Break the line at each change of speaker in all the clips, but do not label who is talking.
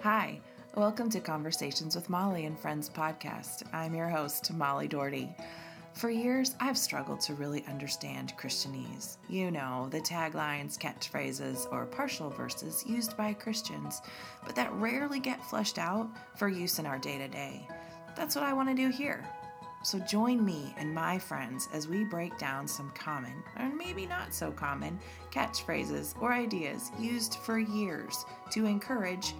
Hi, welcome to Conversations with Molly and Friends podcast. I'm your host, Molly Doherty. For years, I've struggled to really understand Christianese. You know, the taglines, catchphrases, or partial verses used by Christians, but that rarely get fleshed out for use in our day to day. That's what I want to do here. So join me and my friends as we break down some common, or maybe not so common, catchphrases or ideas used for years to encourage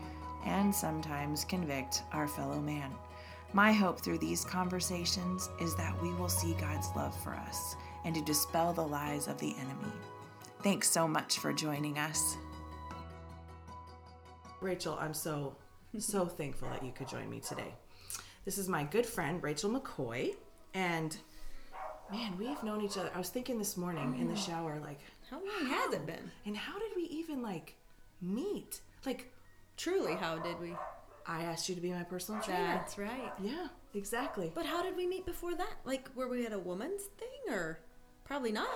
and sometimes convict our fellow man. My hope through these conversations is that we will see God's love for us and to dispel the lies of the enemy. Thanks so much for joining us. Rachel, I'm so, so thankful that you could join me today. This is my good friend, Rachel McCoy. And man, we've known each other. I was thinking this morning in the shower, like,
How long has it been?
and how did we even like meet? Like,
Truly, how did we?
I asked you to be my personal trainer.
That's right.
Yeah, exactly.
But how did we meet before that? Like, were we at a woman's thing or? Probably not.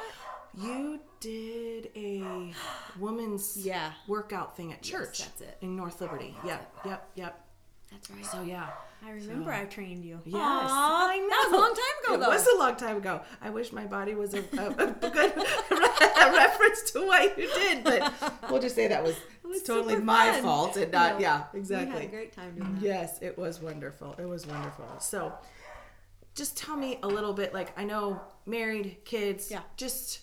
You did a woman's
Yeah.
workout thing at church.
that's it.
In North Liberty. yep, yep, yep.
That's right.
So yeah.
I remember I trained you.
Yes,
I know. That was a long time ago,
It
though.
was a long time ago. I wish my body was a, a, a good re- reference to what you did, but we'll just say that was,
was
totally
super
my
fun.
fault and not.
No,
yeah,
We
exactly.
had a great time doing that.
Yes, it was wonderful. It was wonderful. So, just tell me a little bit. Like, I know married, kids.
Yeah.
Just,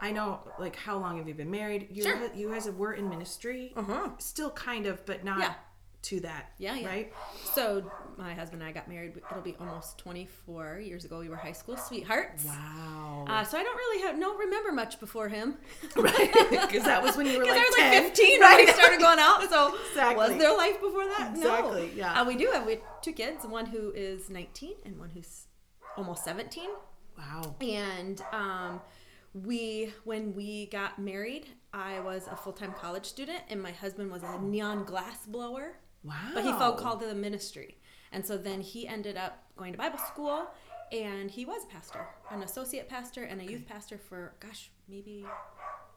I know. Like, how long have you been married? You
Sure.
guys- you guys were in ministry. Uh
Uh-huh.
Still kind of, but not
Yeah.
to that.
Yeah, yeah.
Right.
So my husband and I got married. It'll be almost 24 years ago. We were high school sweethearts.
Wow.
Uh, so I don't really have no remember much before him.
right. Because that was when you were like
I was
10,
like 15 when
right?
we started going out. So
Exactly.
was there life before that?
Exactly,
No.
yeah.
Uh, we do have we have two kids. One who is 19 and one who's almost 17.
Wow.
and um, we when we got married i was a full-time college student and my husband was a neon glass blower
Wow.
but he felt called to the ministry and so then he ended up going to bible school and he was a pastor an associate pastor and a youth pastor for gosh maybe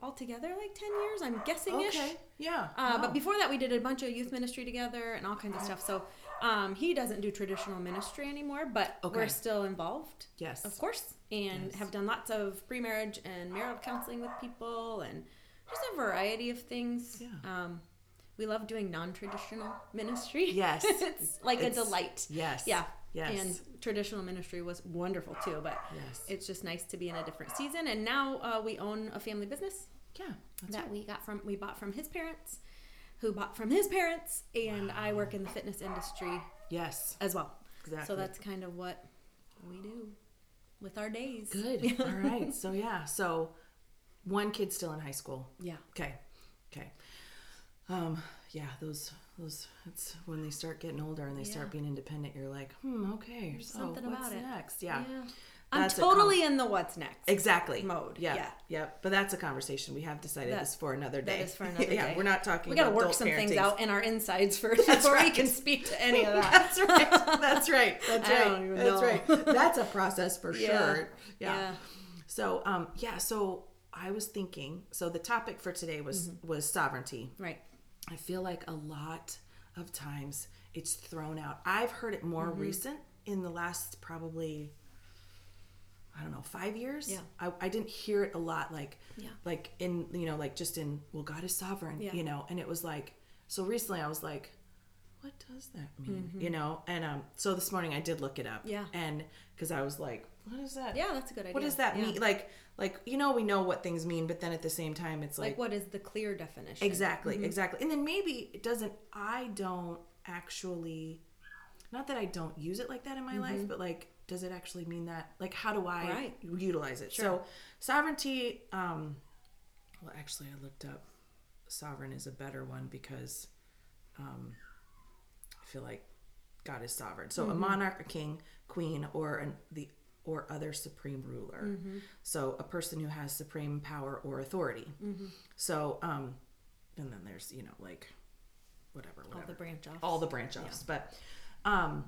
altogether like 10 years i'm guessing ish
Okay. Yeah.
uh,
Wow.
But before that, we did a bunch of youth ministry together and all kinds of stuff. So um, he doesn't do traditional ministry anymore, but
Okay.
we're still involved.
Yes.
Of course. And have done lots of pre marriage and marital counseling with people and just a variety of things.
Yeah.
Um, we love doing non traditional ministry.
Yes.
it's like
It's-
a delight.
yes.
Yeah.
Yes.
And traditional ministry was wonderful too, but
Yes.
it's just nice to be in a different season. And now uh, we own a family business
yeah. That's
that we got from we bought from his parents who bought from his parents and i work in the fitness industry
Yes.
as well
Exactly.
so that's kind of what we do with our days
Good. All right. So yeah. So one kid's still in high school.
yeah
Okay. Okay. Um, yeah, those those it's when they start getting older and they start
Yeah.
being independent, you're like, hmm, okay. so
something
what's
about it.
next? Yeah.
i'm
That's a
totally in the what's next
Exactly.
Mode,
Yeah.
yeah.
Yep. But that's a conversation we have decided
That-
this for another day.
that is for another
yeah,
day.
we're not talking
we got to
about
work
adult
some things
parenting.
out in our insides first before we
right.
can speak to any of that
That's right. That's right. That's
I
right.
don't even
That's
know.
right. That's a process for
Yeah.
sure. Yeah.
Yeah.
So um yeah, so I was thinking so the topic for today was
Mm-hmm.
was sovereignty.
right
I feel like a lot of times it's thrown out. I've heard it more
Mm-hmm.
recent in the last probably I don't know, five years.
Yeah.
I, I didn't hear it a lot like
Yeah.
like in you know, like just in well God is sovereign,
Yeah.
you know, and it was like so recently I was like, What does that mean? You know? And um so this morning I did look it up.
Mm-hmm. Yeah.
And because I was like, What is that?
yeah that's a good idea
What does that
Yeah.
mean? Like like you know we know what things mean, but then at the same time it's
like what is the clear definition Mm-hmm.
Exactly, exactly. And then maybe it doesn't, I don't actually, not that I don't use it like that in my life, but like, does it actually mean that? Like, how do I
Mm-hmm. Right.
utilize it? So, sovereignty, um, well, actually, I looked up sovereign is a better one because um, I feel like God is sovereign. So,
Mm-hmm.
a monarch, a king, queen, or an, the or other supreme ruler.
Mm-hmm.
So, a person who has supreme power or authority.
Mm-hmm.
So, um, and then there's you know like whatever, whatever.
all the branch off
all the branch offs, but um,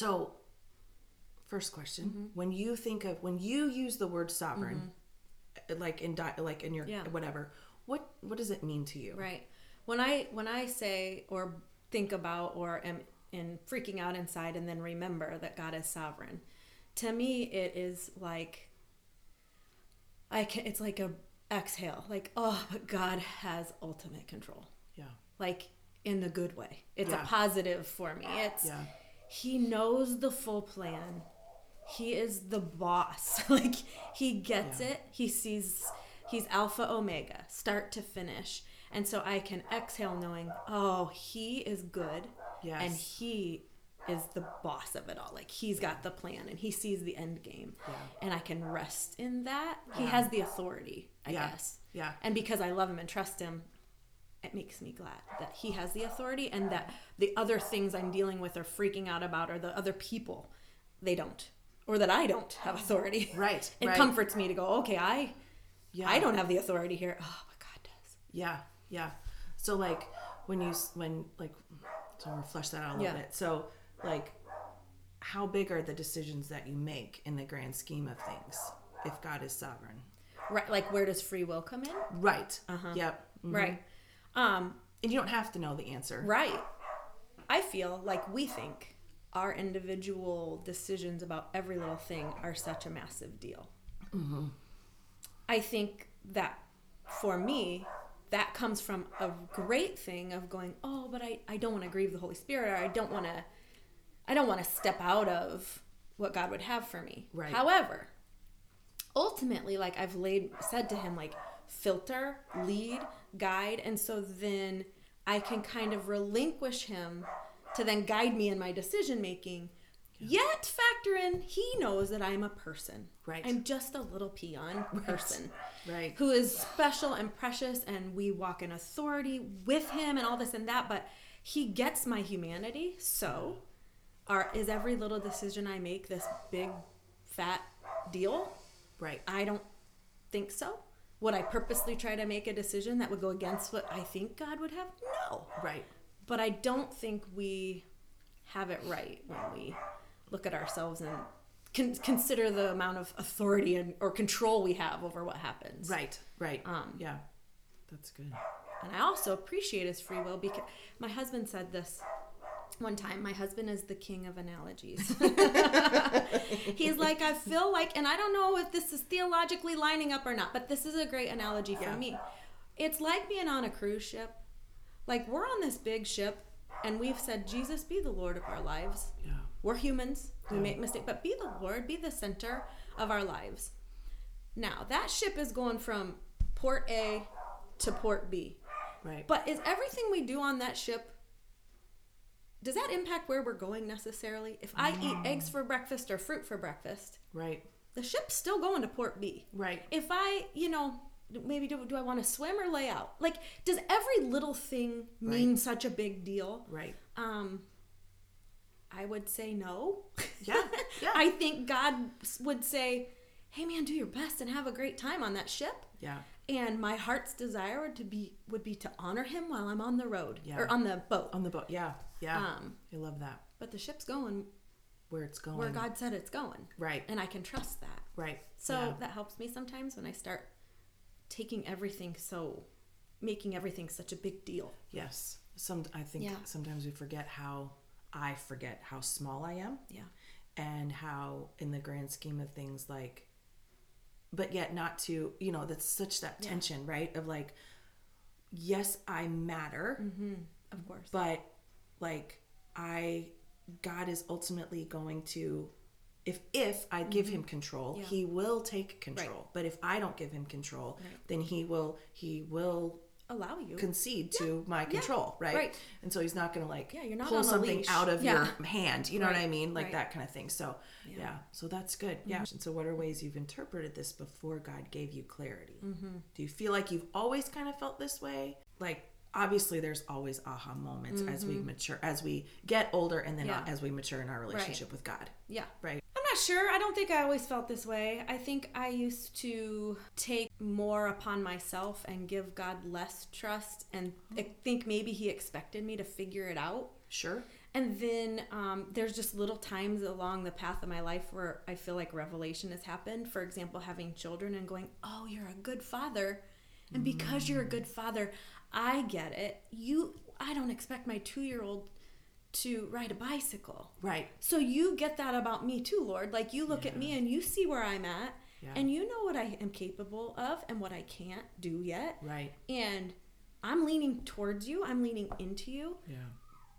so first question:
Mm-hmm.
when you think of when you use the word sovereign, uh, like in di- like in your
Mm-hmm. Yeah.
whatever, what what does it mean to you?
Right. When I when I say or think about or am in freaking out inside and then remember that God is sovereign. To me, it is like I can it's like a exhale, like, oh, but God has ultimate control.
Yeah.
Like in the good way. It's
Yeah.
a positive for me. It's
Yeah.
he knows the full plan. He is the boss. like he gets it. He sees he's alpha omega, start to finish. And so I can exhale knowing, oh, he is good.
Yes.
And he is the boss of it all. Like he's got the plan and he sees the end game. And I can rest in that. He has the authority, I
Yeah.
guess.
Yeah.
And because I love him and trust him, it makes me glad that he has the authority and that the other things I'm dealing with or freaking out about or the other people, they don't. Or that I don't have authority.
Right,
it
right.
comforts me to go, okay, I
Yeah.
I don't have the authority here. Oh, but God does.
Yeah, yeah. So like when you s- when like so I'm gonna flesh that out a little
Yeah.
bit. So like how big are the decisions that you make in the grand scheme of things if God is sovereign?
Right, like where does free will come in?
Right. Uh-huh. Yep. Mm.
Right. Um,
And you don't have to know the answer.
Right. I feel like we think our individual decisions about every little thing are such a massive deal. I think that for me, that comes from a great thing of going, oh, but I, I don't want to grieve the Holy Spirit or I don't want to I don't want to step out of what God would have for me.
Right.
However, ultimately, like I've laid said to him, like filter, lead, guide, and so then I can kind of relinquish him to then guide me in my decision making. Yet factor in he knows that I'm a person.
Right.
I'm just a little peon person
Right.
who is special and precious and we walk in authority with him and all this and that but he gets my humanity so are is every little decision i make this big fat deal
Right.
i don't think so would i purposely try to make a decision that would go against what i think god would have no
Right.
but i don't think we have it right when we look at ourselves and con- consider the amount of authority and or control we have over what happens
Right. Right.
Um,
yeah. That's good.
and I also appreciate his free will because my husband said this one time. My husband is the king of analogies. He's like, I feel like, and I don't know if this is theologically lining up or not, but this is a great analogy for
Yeah.
me. It's like being on a cruise ship. Like, we're on this big ship, and we've said, Jesus, be the Lord of our lives.
Yeah.
We're humans. We make mistakes, but be the Lord, be the center of our lives. Now, that ship is going from port A to port B.
Right.
But is everything we do on that ship does that impact where we're going necessarily? If I eat eggs for breakfast or fruit for breakfast,
right.
the ship's still going to port B.
Right.
If I, you know, maybe do, do I want to swim or lay out? Like, does every little thing mean
Right.
such a big deal?
Right.
Um, I would say no.
Yeah, yeah.
I think God would say, "Hey, man, do your best and have a great time on that ship."
Yeah.
And my heart's desire would to be would be to honor Him while I'm on the road
Yeah.
or on the boat.
On the boat. Yeah. Yeah.
Um,
I love that.
But the ship's going
Where it's going.
where God said it's going,
Right.
and I can trust that.
Right.
So
Yeah.
that helps me sometimes when I start taking everything so, making everything such a big deal.
Yes. Some I think
Yeah.
sometimes we forget how I forget how small I am
Yeah.
and how in the grand scheme of things like but yet not to, you know, that's such that tension, right? Of like yes, I matter,
Mm-hmm. Of course.
but like I God is ultimately going to if if I give him control,
Mm-hmm. Yeah.
he will take control. But if I don't give him control, then he will he will
Allow you.
concede to my control, right?
right.
And so he's not going to like
Yeah, you're not
pull
on a
something
leash.
out of
Yeah.
your hand. You know what I
Right,
mean? Like
right. Mm-hmm.
that kind of thing. So yeah, so that's good. Yeah. And so what are ways you've interpreted this before God gave you clarity?
Mm-hmm.
Do you feel like you've always kind of felt this way? Like obviously there's always aha moments as we mature, as we get older, and then
Mm-hmm.
uh,
Yeah.
as we mature in our relationship with God,
yeah.
right?
I'm not sure. I don't think I always felt this way. I think I used to take more upon myself and give God less trust and
Oh.
I think maybe He expected me to figure it out.
Sure.
And then um, there's just little times along the path of my life where I feel like revelation has happened. For example, having children and going, Oh, you're a good father. And because you're a good father, I get it. You, I don't expect my two year old to ride a bicycle.
Right.
So you get that about me too, Lord. Like you look at me and you see where I'm at
Yeah.
and you know what I am capable of and what I can't do yet.
Right.
And I'm leaning towards you, I'm leaning into you,
Yeah.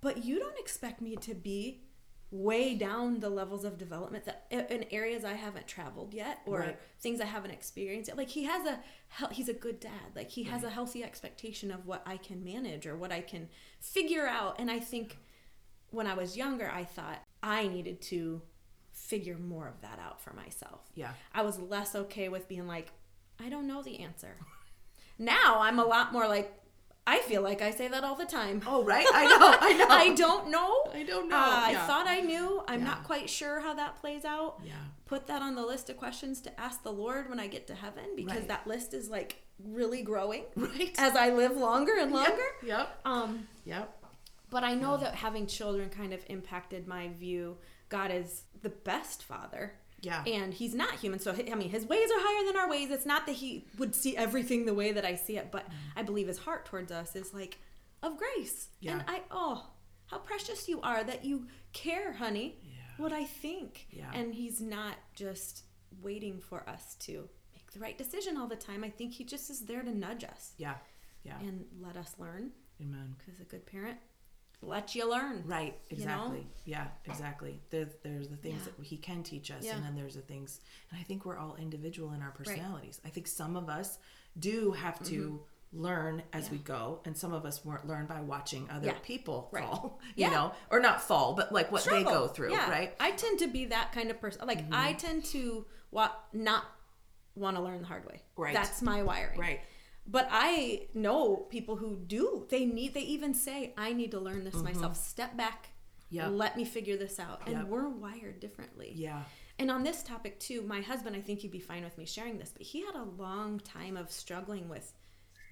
but you don't expect me to be way down the levels of development that uh, in areas I haven't traveled yet or
Right.
things I haven't experienced yet. Like he has a hel- he's a good dad. Like he has a healthy expectation of what I can manage or what I can figure out. And I think when I was younger, I thought I needed to figure more of that out for myself.
Yeah.
I was less okay with being like, I don't know the answer. Now I'm a lot more like, I feel like I say that all the time.
Oh, right. I know. I know.
I don't know.
I don't know.
Uh, I
Yeah.
thought I knew. I'm
Yeah.
not quite sure how that plays out.
Yeah.
Put that on the list of questions to ask the Lord when I get to heaven because
Right.
that list is like really growing
Right.
as I live longer and longer.
Yep.
Um,
Yep.
but I know that having children kind of impacted my view. God is the best father.
Yeah.
And he's not human. So, I mean, his ways are higher than our ways. It's not that he would see everything the way that I see it, but I believe his heart towards us is like of grace.
Mm-hmm. Yeah.
And I, oh, how precious you are that you care, honey,
Yeah.
what I think.
Yeah.
And he's not just waiting for us to make the right decision all the time. I think he just is there to nudge us
Yeah. Yeah.
and let us learn
Amen.
because a good parent lets you learn.
Right,
know?
exactly. Yeah, exactly. There, there's the things
Yeah.
that he can teach us,
Yeah.
and then there's the things, and I think we're all individual in our personalities. I think some of us do have to
Mm-hmm.
learn as we go, and some of us weren't learn by watching other
Yeah.
people
Right.
fall, you
Yeah.
know, or not fall, but like what they go
struggle.
through,
Yeah.
right? Mm-hmm.
I tend to be that kind of person. Like I tend to wa- not want to learn the hard way.
Right.
That's my wiring.
Right.
But I know people who do. They need. They even say, "I need to learn this myself. Step back.
Mm-hmm. Yep.
Let me figure this out." And
Yep.
we're wired differently.
Yeah,
And on this topic too, my husband, I think he'd be fine with me sharing this, but he had a long time of struggling with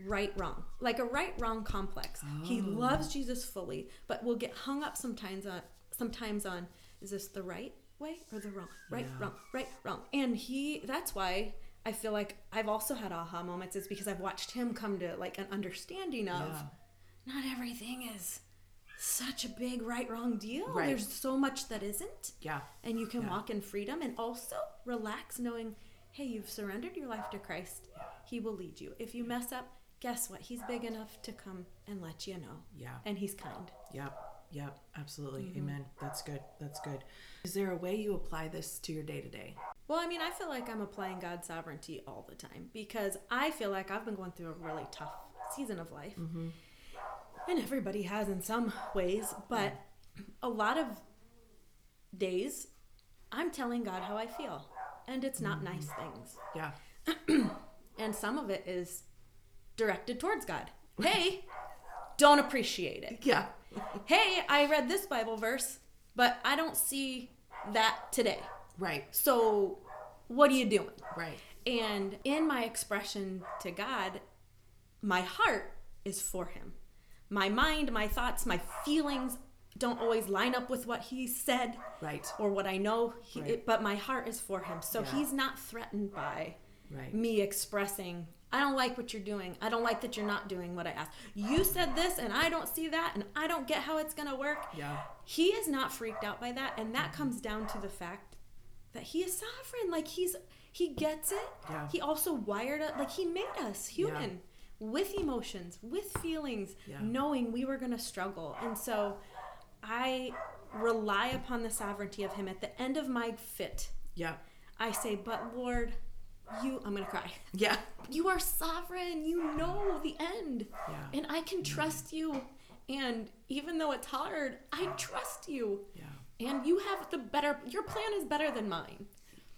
right wrong, like a right wrong complex.
Oh.
He loves Jesus fully, but will get hung up sometimes on sometimes on is this the right way or the wrong? Right,
Yeah.
wrong, right, wrong. And he that's why I feel like I've also had aha moments is because I've watched him come to like an understanding of
Yeah.
not everything is such a big right wrong deal.
Right.
There's so much that isn't
yeah,
and you can
Yeah.
walk in freedom and also relax knowing hey you've surrendered your life to christ he will lead you if you mess up guess what he's big enough to come and let you know
yeah.
and Mm-hmm. he's kind
Yep. Yep. Absolutely. Amen. That's good. That's good. Is there a way you apply this to your day to day?
well i mean i feel like i'm applying god's sovereignty all the time because i feel like i've been going through a really tough season of life
Mm-hmm.
and everybody has in some ways but a lot of days i'm telling god how i feel and it's
Mm-hmm.
not nice things
Yeah.
and some of it is directed towards God. Hey, don't appreciate it.
Yeah.
Hey, I read this Bible verse, but I don't see that today.
Right.
So, what are you doing?
Right.
And in my expression to God, my heart is for Him. My mind, my thoughts, my feelings don't always line up with what He said
Right.
or what I know, he,
Right.
but my heart is for Him. So,
Yeah.
He's not threatened by
Right.
me expressing i don't like what you're doing i don't like that you're not doing what i asked you said this and i don't see that and i don't get how it's gonna work
Yeah.
he is not freaked out by that and that comes down to the fact that he is sovereign like he's he gets it
Yeah.
he also wired us like he made us human with emotions with feelings
Yeah.
knowing we were gonna struggle and so i rely upon the sovereignty of him at the end of my fit
Yeah.
i say but lord you i'm gonna cry
Yeah.
you are sovereign. You know the end.
Yeah.
And I can trust you. And even though it's hard, I trust you.
Yeah.
And you have the better, your plan is better than mine.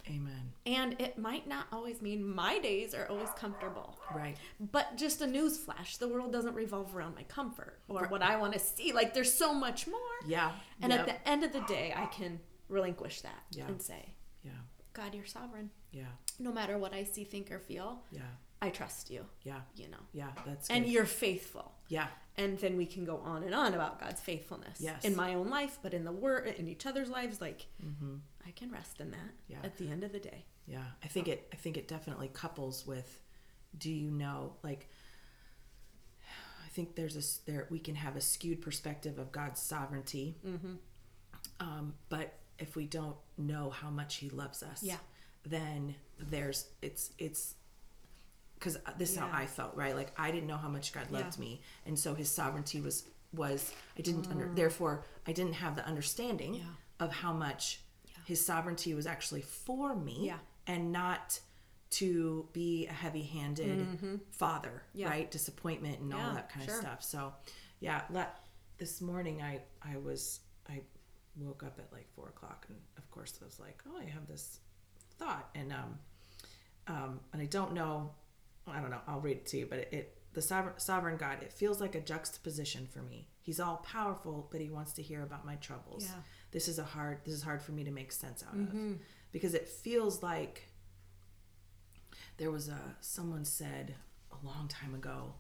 Amen.
And it might not always mean my days are always comfortable.
Right.
But just a news flash the world doesn't revolve around my comfort or what I want to see. Like there's so much more.
Yeah.
And
Yep.
at the end of the day, I can relinquish that
Yeah.
and say,
yeah.
God, you're sovereign.
Yeah.
No matter what I see, think, or feel,
Yeah.
I trust you,
Yeah.
you know.
Yeah. That's good.
And you're faithful.
yeah.
and then we can go on and on about God's faithfulness
Yes.
in my own life, but in the word, in each other's lives. Like, I can rest in that
Mm-hmm. Yeah.
at the end of the day.
Yeah. I think
Oh.
it. I think it definitely couples with. Do you know? Like. I think there's a s- there we can have a skewed perspective of God's sovereignty.
Mm-hmm.
Um, but if we don't know how much He loves us,
Yeah.
then there's it's it's because this is
Yeah.
how I felt, right? Like I didn't know how much God loved
Yeah.
me, and so His sovereignty was was I didn't under therefore I didn't have the understanding
Mm. Yeah.
of how much His sovereignty was actually for me,
Yeah.
and not to be a heavy-handed father,
Mm-hmm. Yeah.
right? Disappointment and all
Yeah,
that kind
sure.
of stuff. So, yeah, la this morning I I was I woke up at like four o'clock, and of course I was like, oh, I have this thought, and um, um, and I don't know, I don't know. I'll read it to you, but it, it the sovereign, sovereign God. It feels like a juxtaposition for me. He's all powerful, but he wants to hear about my troubles.
Yeah.
This is a hard. This is hard for me to make sense out of because it feels like there was a someone said a long time ago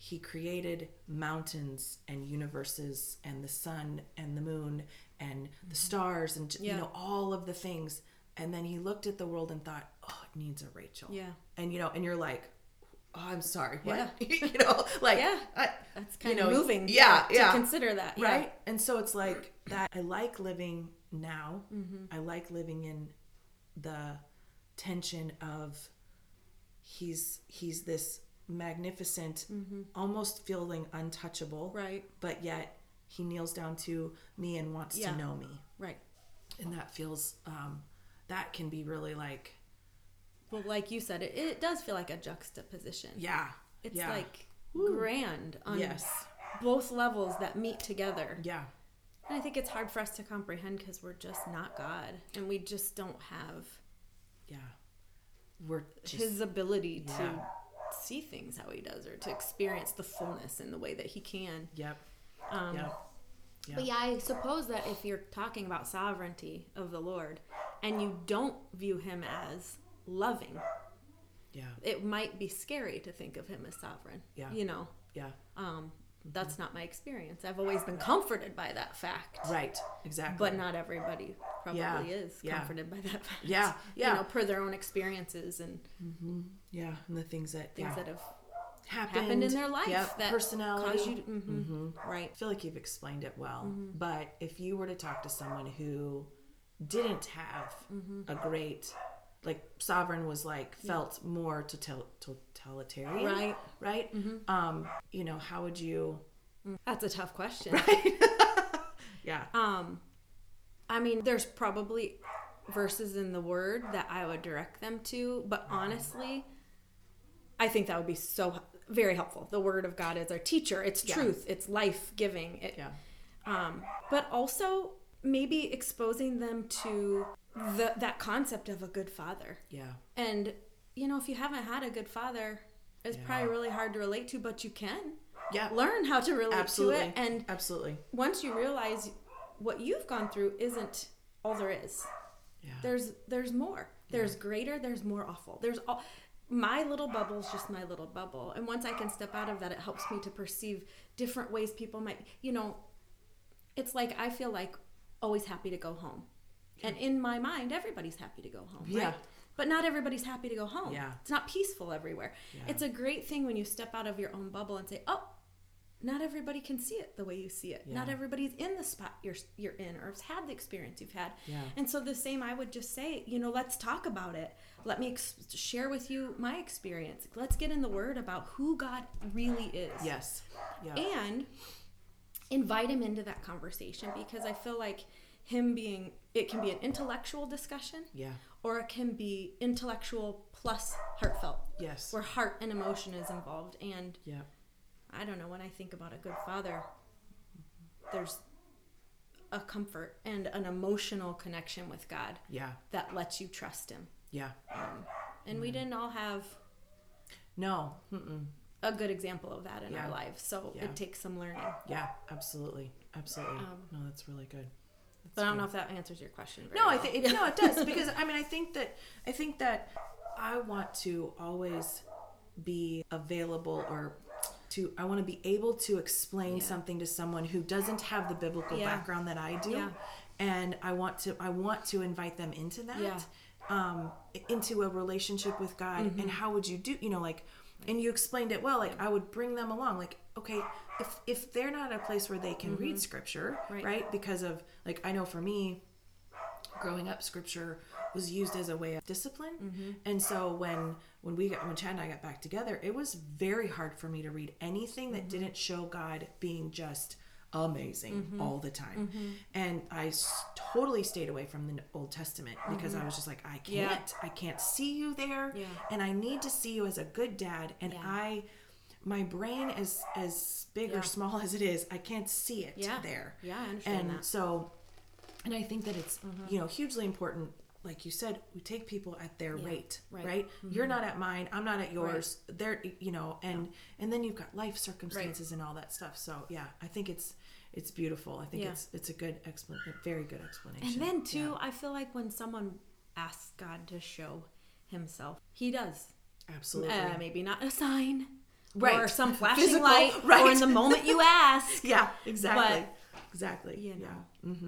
he created mountains and universes and the sun and the moon and the stars and j-
Mm-hmm. Yeah.
you know all of the things and then he looked at the world and thought oh it needs a rachel
Yeah.
and you know and you're like oh i'm sorry what
Yeah.
you know like
Yeah.
I-
That's
you
kind of
know,
moving.
yeah
to,
yeah
To consider that. yeah.
right and so it's like that i like living now
Mm-hmm.
i like living in the tension of he's he's this magnificent almost feeling untouchable
Mm-hmm. Right.
but yet he kneels down to me and wants
Yeah.
to know me
Right.
and that feels um that can be really like
Well, like you said, it, it does feel like a juxtaposition.
yeah
It's
yeah.
like grand on
yes
both levels that meet together.
yeah
And I think it's hard for us to comprehend because we're just not God and we just don't have
yeah we're just
his ability to
Yeah.
see things how he does or to experience the fullness in the way that he can.
yep
Um,
yep
But yeah, I suppose that if you're talking about sovereignty of the Lord and you don't view him as loving,
yeah
it might be scary to think of him as sovereign.
Yeah. Mm-hmm.
You know,
yeah
um, that's not my experience. I've always been comforted by that fact.
right exactly
But not everybody probably
Yeah,
is
yeah.
comforted by that fact.
Yeah, yeah.
You know, per their own experiences and
Yeah, and the things that
things
yeah,
that have
happened.
happened in their life
Yep,
that
personality. Mm-hmm.
cause you to, mhm, right.
I feel like you've explained it well,
Mm-hmm.
but if you were to talk to someone who didn't have
Mm-hmm.
a great, like sovereign was like felt more total, totalitarian,
Right. Mm-hmm.
Right. Um, you know, how would you?
That's a tough question.
Yeah.
Um, I mean, there's probably verses in the Word that I would direct them to, but honestly, I think that would be so very helpful. The Word of God is our teacher. It's truth. It's life giving. It,
yeah.
um, but also maybe exposing them to the that concept of a good father.
Yeah.
And you know, if you haven't had a good father, it's probably really hard to relate to, but you can
Yeah.
learn how to relate
Absolutely.
to it and
absolutely.
once you realize what you've gone through isn't all there is
Yeah.
there's there's more there's greater there's more awful there's all my little bubble's just my little bubble and once i can step out of that it helps me to perceive different ways people might you know it's like i feel like always happy to go home and in my mind everybody's happy to go home
Yeah.
right? but not everybody's happy to go home
Yeah.
it's not peaceful everywhere it's a great thing when you step out of your own bubble and say oh not everybody can see it the way you see it. Not
Yeah.
everybody's in the spot you're you're in or has had the experience you've had.
Yeah.
And so the same I would just say, you know, let's talk about it. Let me ex- share with you my experience. Let's get in the word about who God really is.
Yes. Yeah.
And invite him into that conversation because I feel like him being it can be an intellectual discussion
yeah.
or it can be intellectual plus heartfelt
Yes.
where heart and emotion is involved and
Yeah.
I don't know, when I think about a good father, there's a comfort and an emotional connection with God
Yeah.
that lets you trust Him.
Yeah.
And
Mm-hmm.
we didn't all have
No. Mm-mm.
a good example of that in
Yeah.
our lives, so
Yeah.
it takes some learning.
Yeah. Absolutely. Absolutely.
Um,
no, that's really good.
but I don't know if that answers your question. Very
No, I
well.
think it, no, it does because I mean, I think that I think that I want to always be available or to I want to be able to explain something to someone who doesn't have the biblical
Yeah.
background that I do,
Yeah.
and I want to I want to invite them into that,
Yeah. Mm-hmm.
um, into a relationship with God. And how would you do? You know, like and you explained it well like i would bring them along like okay if if they're not at a place where they can read scripture right.
Mm-hmm. Right.
because of like i know for me growing up scripture was used as a way of discipline
Mm-hmm.
and so when when we got when chad and i got back together it was very hard for me to read anything that
Mm-hmm.
didn't show god being just amazing
Mm-hmm.
all the time and i s- totally stayed away from the old testament because i was just like i
Mm-hmm. Yeah.
can't i can't see you there
Yeah.
and I need to see you as a good dad. And
Yeah.
I, my brain is as big
Yeah.
or small as it is, I can't see it
Yeah.
there.
Yeah, I understand
And
that. Mm-hmm.
so, and I think that it's you know hugely important. Like you said, we take people at their rate,
right. Mm-hmm.
right? You're not at mine. I'm not at yours. They're you know, and and then you've got life circumstances and all that stuff. So yeah, I think it's it's beautiful. I think
Yeah.
it's it's a good explanation, very good explanation.
And then too, I feel like when someone asks God to show himself, he does.
absolutely.
Uh, maybe not a sign. Or
Right.
some flashing
Physical,
light. Or in
right.
the moment you ask.
yeah, exactly, exactly.
you
Yeah. Mm-hmm,
know.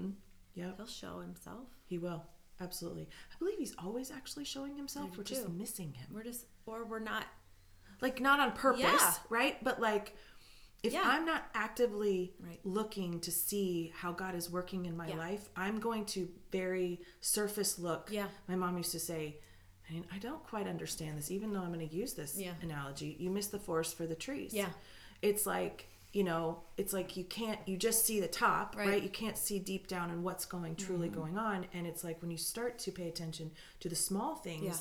Yep.
He'll show himself.
He will. Absolutely. I believe he's always actually showing himself. We're just
do.
missing him.
We're just or we're not
Like not on purpose,
Yeah.
right? But like if
Yeah.
I'm not actively
Right.
looking to see how God is working in my
Yeah.
life, I'm going to very surface look.
Yeah.
My mom used to say, I mean, I don't quite understand this, even though I'm going to use this
Yeah.
analogy. You miss the forest for the trees.
Yeah.
It's like, you know, it's like you can't, you just see the top,
Right. Mm-hmm.
right? You can't see deep down and what's going truly going on. And it's like when you start to pay attention to the small things,
Yeah.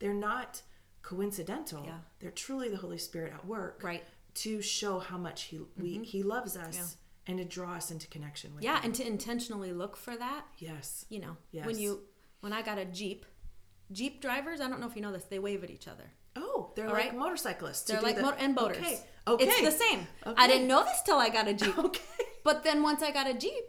they're not coincidental.
Yeah.
They're truly the Holy Spirit at work
Right. Mm-hmm.
to show how much he we, he loves us and to draw us into connection with
Yeah,
him.
and to intentionally look for that,
Yes.
you know.
Yes.
When you when I got a Jeep, Jeep drivers, I don't know if you know this, they wave at each other.
Oh, they're
All
like
right.
motorcyclists. to
They're
do
like
the-
mo- and boaters.
Okay. Okay.
It's the same. I
Okay.
didn't know this till I got a Jeep.
Okay.
But then once I got a Jeep,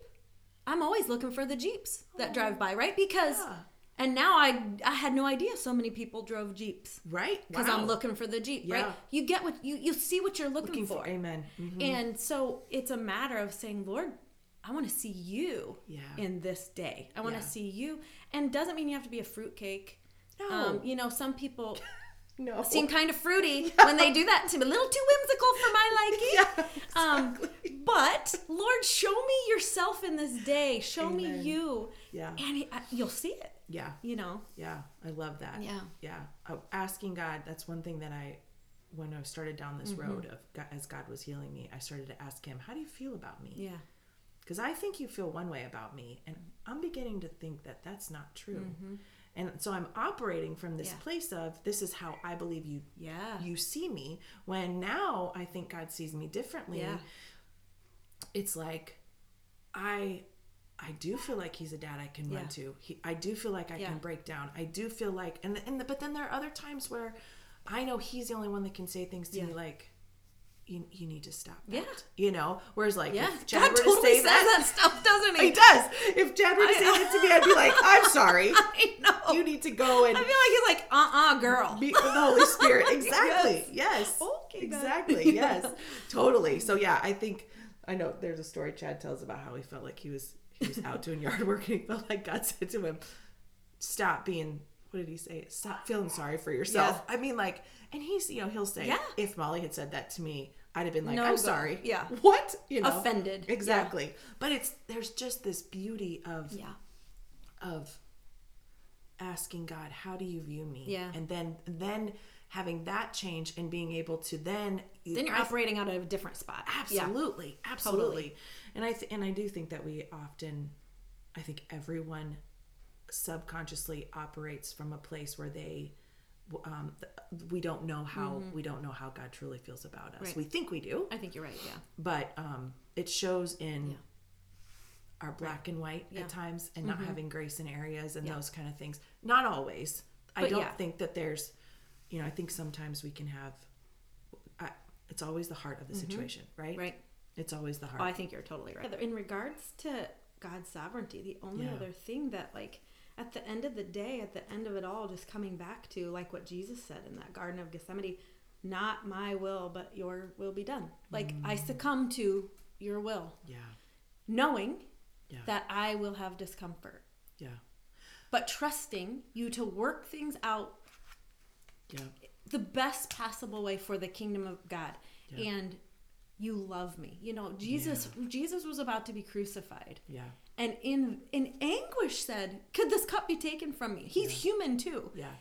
I'm always looking for the Jeeps that drive by, right? Because
Oh. yeah.
and now I I had no idea so many people drove Jeeps
Right.
because
Wow.
I'm looking for the Jeep, right?
Yeah.
You get what you you see what you're looking,
Looking
for.
for. Amen. Mhm.
And so it's a matter of saying, Lord, I want to see you
Yeah.
in this day. I want
Yeah.
to see you. And doesn't mean you have to be a fruitcake.
No.
Um, you know, some people
no.
seem kind of fruity when they do that to me. A little too whimsical for my liking. um, but Lord, show me yourself in this day. Show me
Amen.
you.
Yeah.
And it, I, you'll see it,
Yeah.
you know.
Yeah, I love that.
Yeah.
yeah. Oh, asking God, that's one thing that I, when I started down this
Mm-hmm.
road of God, as God was healing me, I started to ask Him, "How do you feel about me?"
Yeah.
Because I think you feel one way about me, and I'm beginning to think that that's not true. And so I'm operating from this
Mm-hmm. Yeah.
place of this is how I believe you
Yeah.
you see me. When now I think God sees me differently.
Yeah.
It's like I I do feel like he's a dad I can run
Yeah.
to. He, I do feel like I
Yeah.
can break down. I do feel like and the, and the, but then there are other times where I know he's the only one that can say things to me
Yeah.
like you, you need to stop
Yeah.
that. You know, whereas like
yeah.
if Chad
God
were to
totally
say
says
that,
that, stuff, doesn't he?
he does. If Chad were to say that to me, I'd be like, "I'm sorry.
I know.
You need to go and
I feel like he's like, uh uh girl.
be with the Holy Spirit. Exactly. Yes.
Okay, God.
Exactly. Yes. Totally. So yeah, I think I know there's a story Chad tells about how he felt like he was he was out doing yard work and he felt like God said to him, Stop being what did he say? Stop feeling sorry for yourself. I mean like and he's you know, he'll say,
Yeah.
if Molly had said that to me, I'd have been like,
No
I'm
go.
sorry.
Yeah.
What? You know
Offended. Yeah.
Exactly. But it's there's just this beauty of
Yeah.
of asking God, how do you view me?
Yeah.
And then then having that change and being able to then
Then you're
I-
operating out of a different spot. Yeah.
absolutely absolutely and i th- and i do think that we often i think everyone subconsciously operates from a place where they w- um, th- we don't know how we don't know how god truly feels about us
Mm-hmm. Right.
we think we do
I think you're right. Yeah.
but um, it shows in
Yeah.
our black and white
Yeah. Mm-hmm.
at times and not having grace in areas and those kind of things not always i
But
don't
yeah.
think that there's you know i think sometimes we can have I, it's always the heart of the situation right
Mm-hmm. Right.
it's always the heart
Oh, I think you're totally right. In regards to God's sovereignty, the only
Yeah.
other thing that, like, at the end of the day, at the end of it all, just coming back to, like, what Jesus said in that Garden of Gethsemane, not my will, but your will be done. Like, I
Mm.
succumb to your will,
yeah
knowing
Yeah.
that I will have discomfort,
yeah
but trusting you to work things out
yeah
the best possible way for the kingdom of God. And you love me. You know, Jesus Jesus was about to be crucified.
Yeah.
And in in anguish said, "Could this cup be taken from me?" He's human too.
Yeah.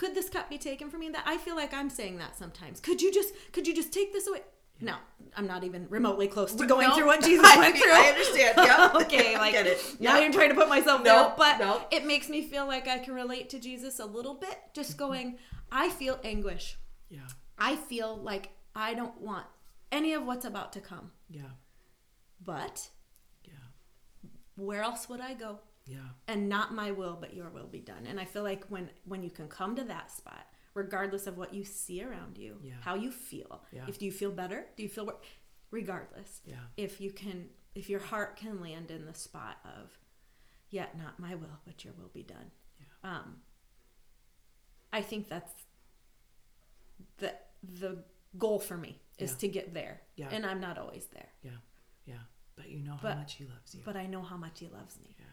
Could this cup be taken from me? That I feel like I'm saying that sometimes. Could you just could you just take this away? No, I'm not even remotely close to going
No,
through what Jesus
I,
went through.
I understand. Yeah.
okay,
I
like
get it.
now
Yeah.
you're trying to put myself
No,
there, but
no.
it makes me feel like I can relate to Jesus a little bit.
Mm-hmm.
Just going, I feel anguish.
Yeah.
I feel like I don't want any of what's about to come.
Yeah.
But
Yeah.
where else would I go?
Yeah.
And not my will, but your will be done. And I feel like when when you can come to that spot, regardless of what you see around you,
Yeah.
how you feel,
Yeah.
if do you feel better, do you feel wor- regardless,
Yeah.
if you can, if your heart can land in the spot of, yet not my will, but your will be done. Um, I think that's the the goal for me is
Yeah.
to get there,
Yeah.
and I'm not always there,
Yeah. Yeah. But you know
But-
how much he loves you.
but I know how much He loves me.
yeah.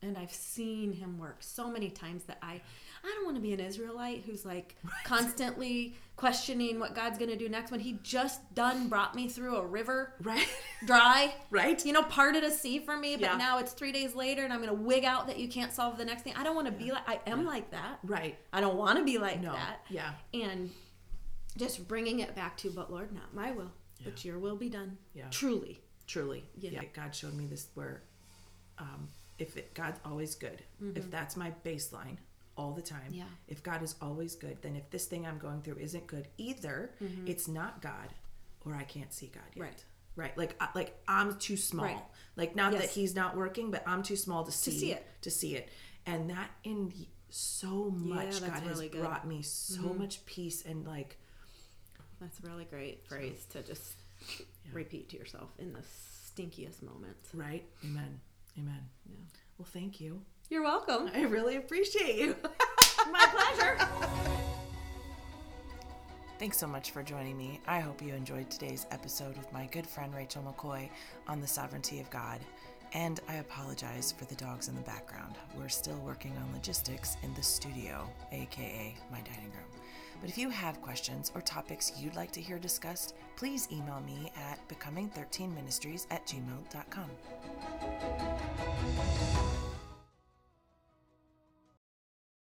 and I've seen him work so many times that I I don't want to be an Israelite who's like constantly questioning what God's going to do next when he just done brought me through a river
Right.
dry
Right.
you know parted a sea for me but
Yeah.
now it's 3 days later and I'm going to wig out that you can't solve the next thing. I don't want to be like I am like that.
Right.
I don't want to be like
No.
that.
Yeah.
And just bringing it back to but Lord not my will but your will be done.
Yeah.
Truly.
truly
Yeah.
yeah. god showed me this where um if it, god's always good if that's my baseline all the time
Mm-hmm. Yeah.
if god is always good then if this thing i'm going through isn't good either it's not god or i can't see god yet
Mm-hmm. Right.
right like I, like i'm too small
Right.
like not that
Yes.
he's not working but i'm too small to see,
see it.
to see it and that in so much
that's
god has
really good. Mm-hmm.
brought me so much peace and like
That's a really great phrase to just repeat to yourself in the stinkiest moments.
right amen amen
Yeah.
well thank you
You're welcome.
i really appreciate you
My pleasure.
Thanks so much for joining me. I hope you enjoyed today's episode with my good friend Rachel McCoy on the sovereignty of God. And I apologize for the dogs in the background. We're still working on logistics in the studio, aka my dining room. But if you have questions or topics you'd like to hear discussed, please email me at becoming13ministries at gmail.com.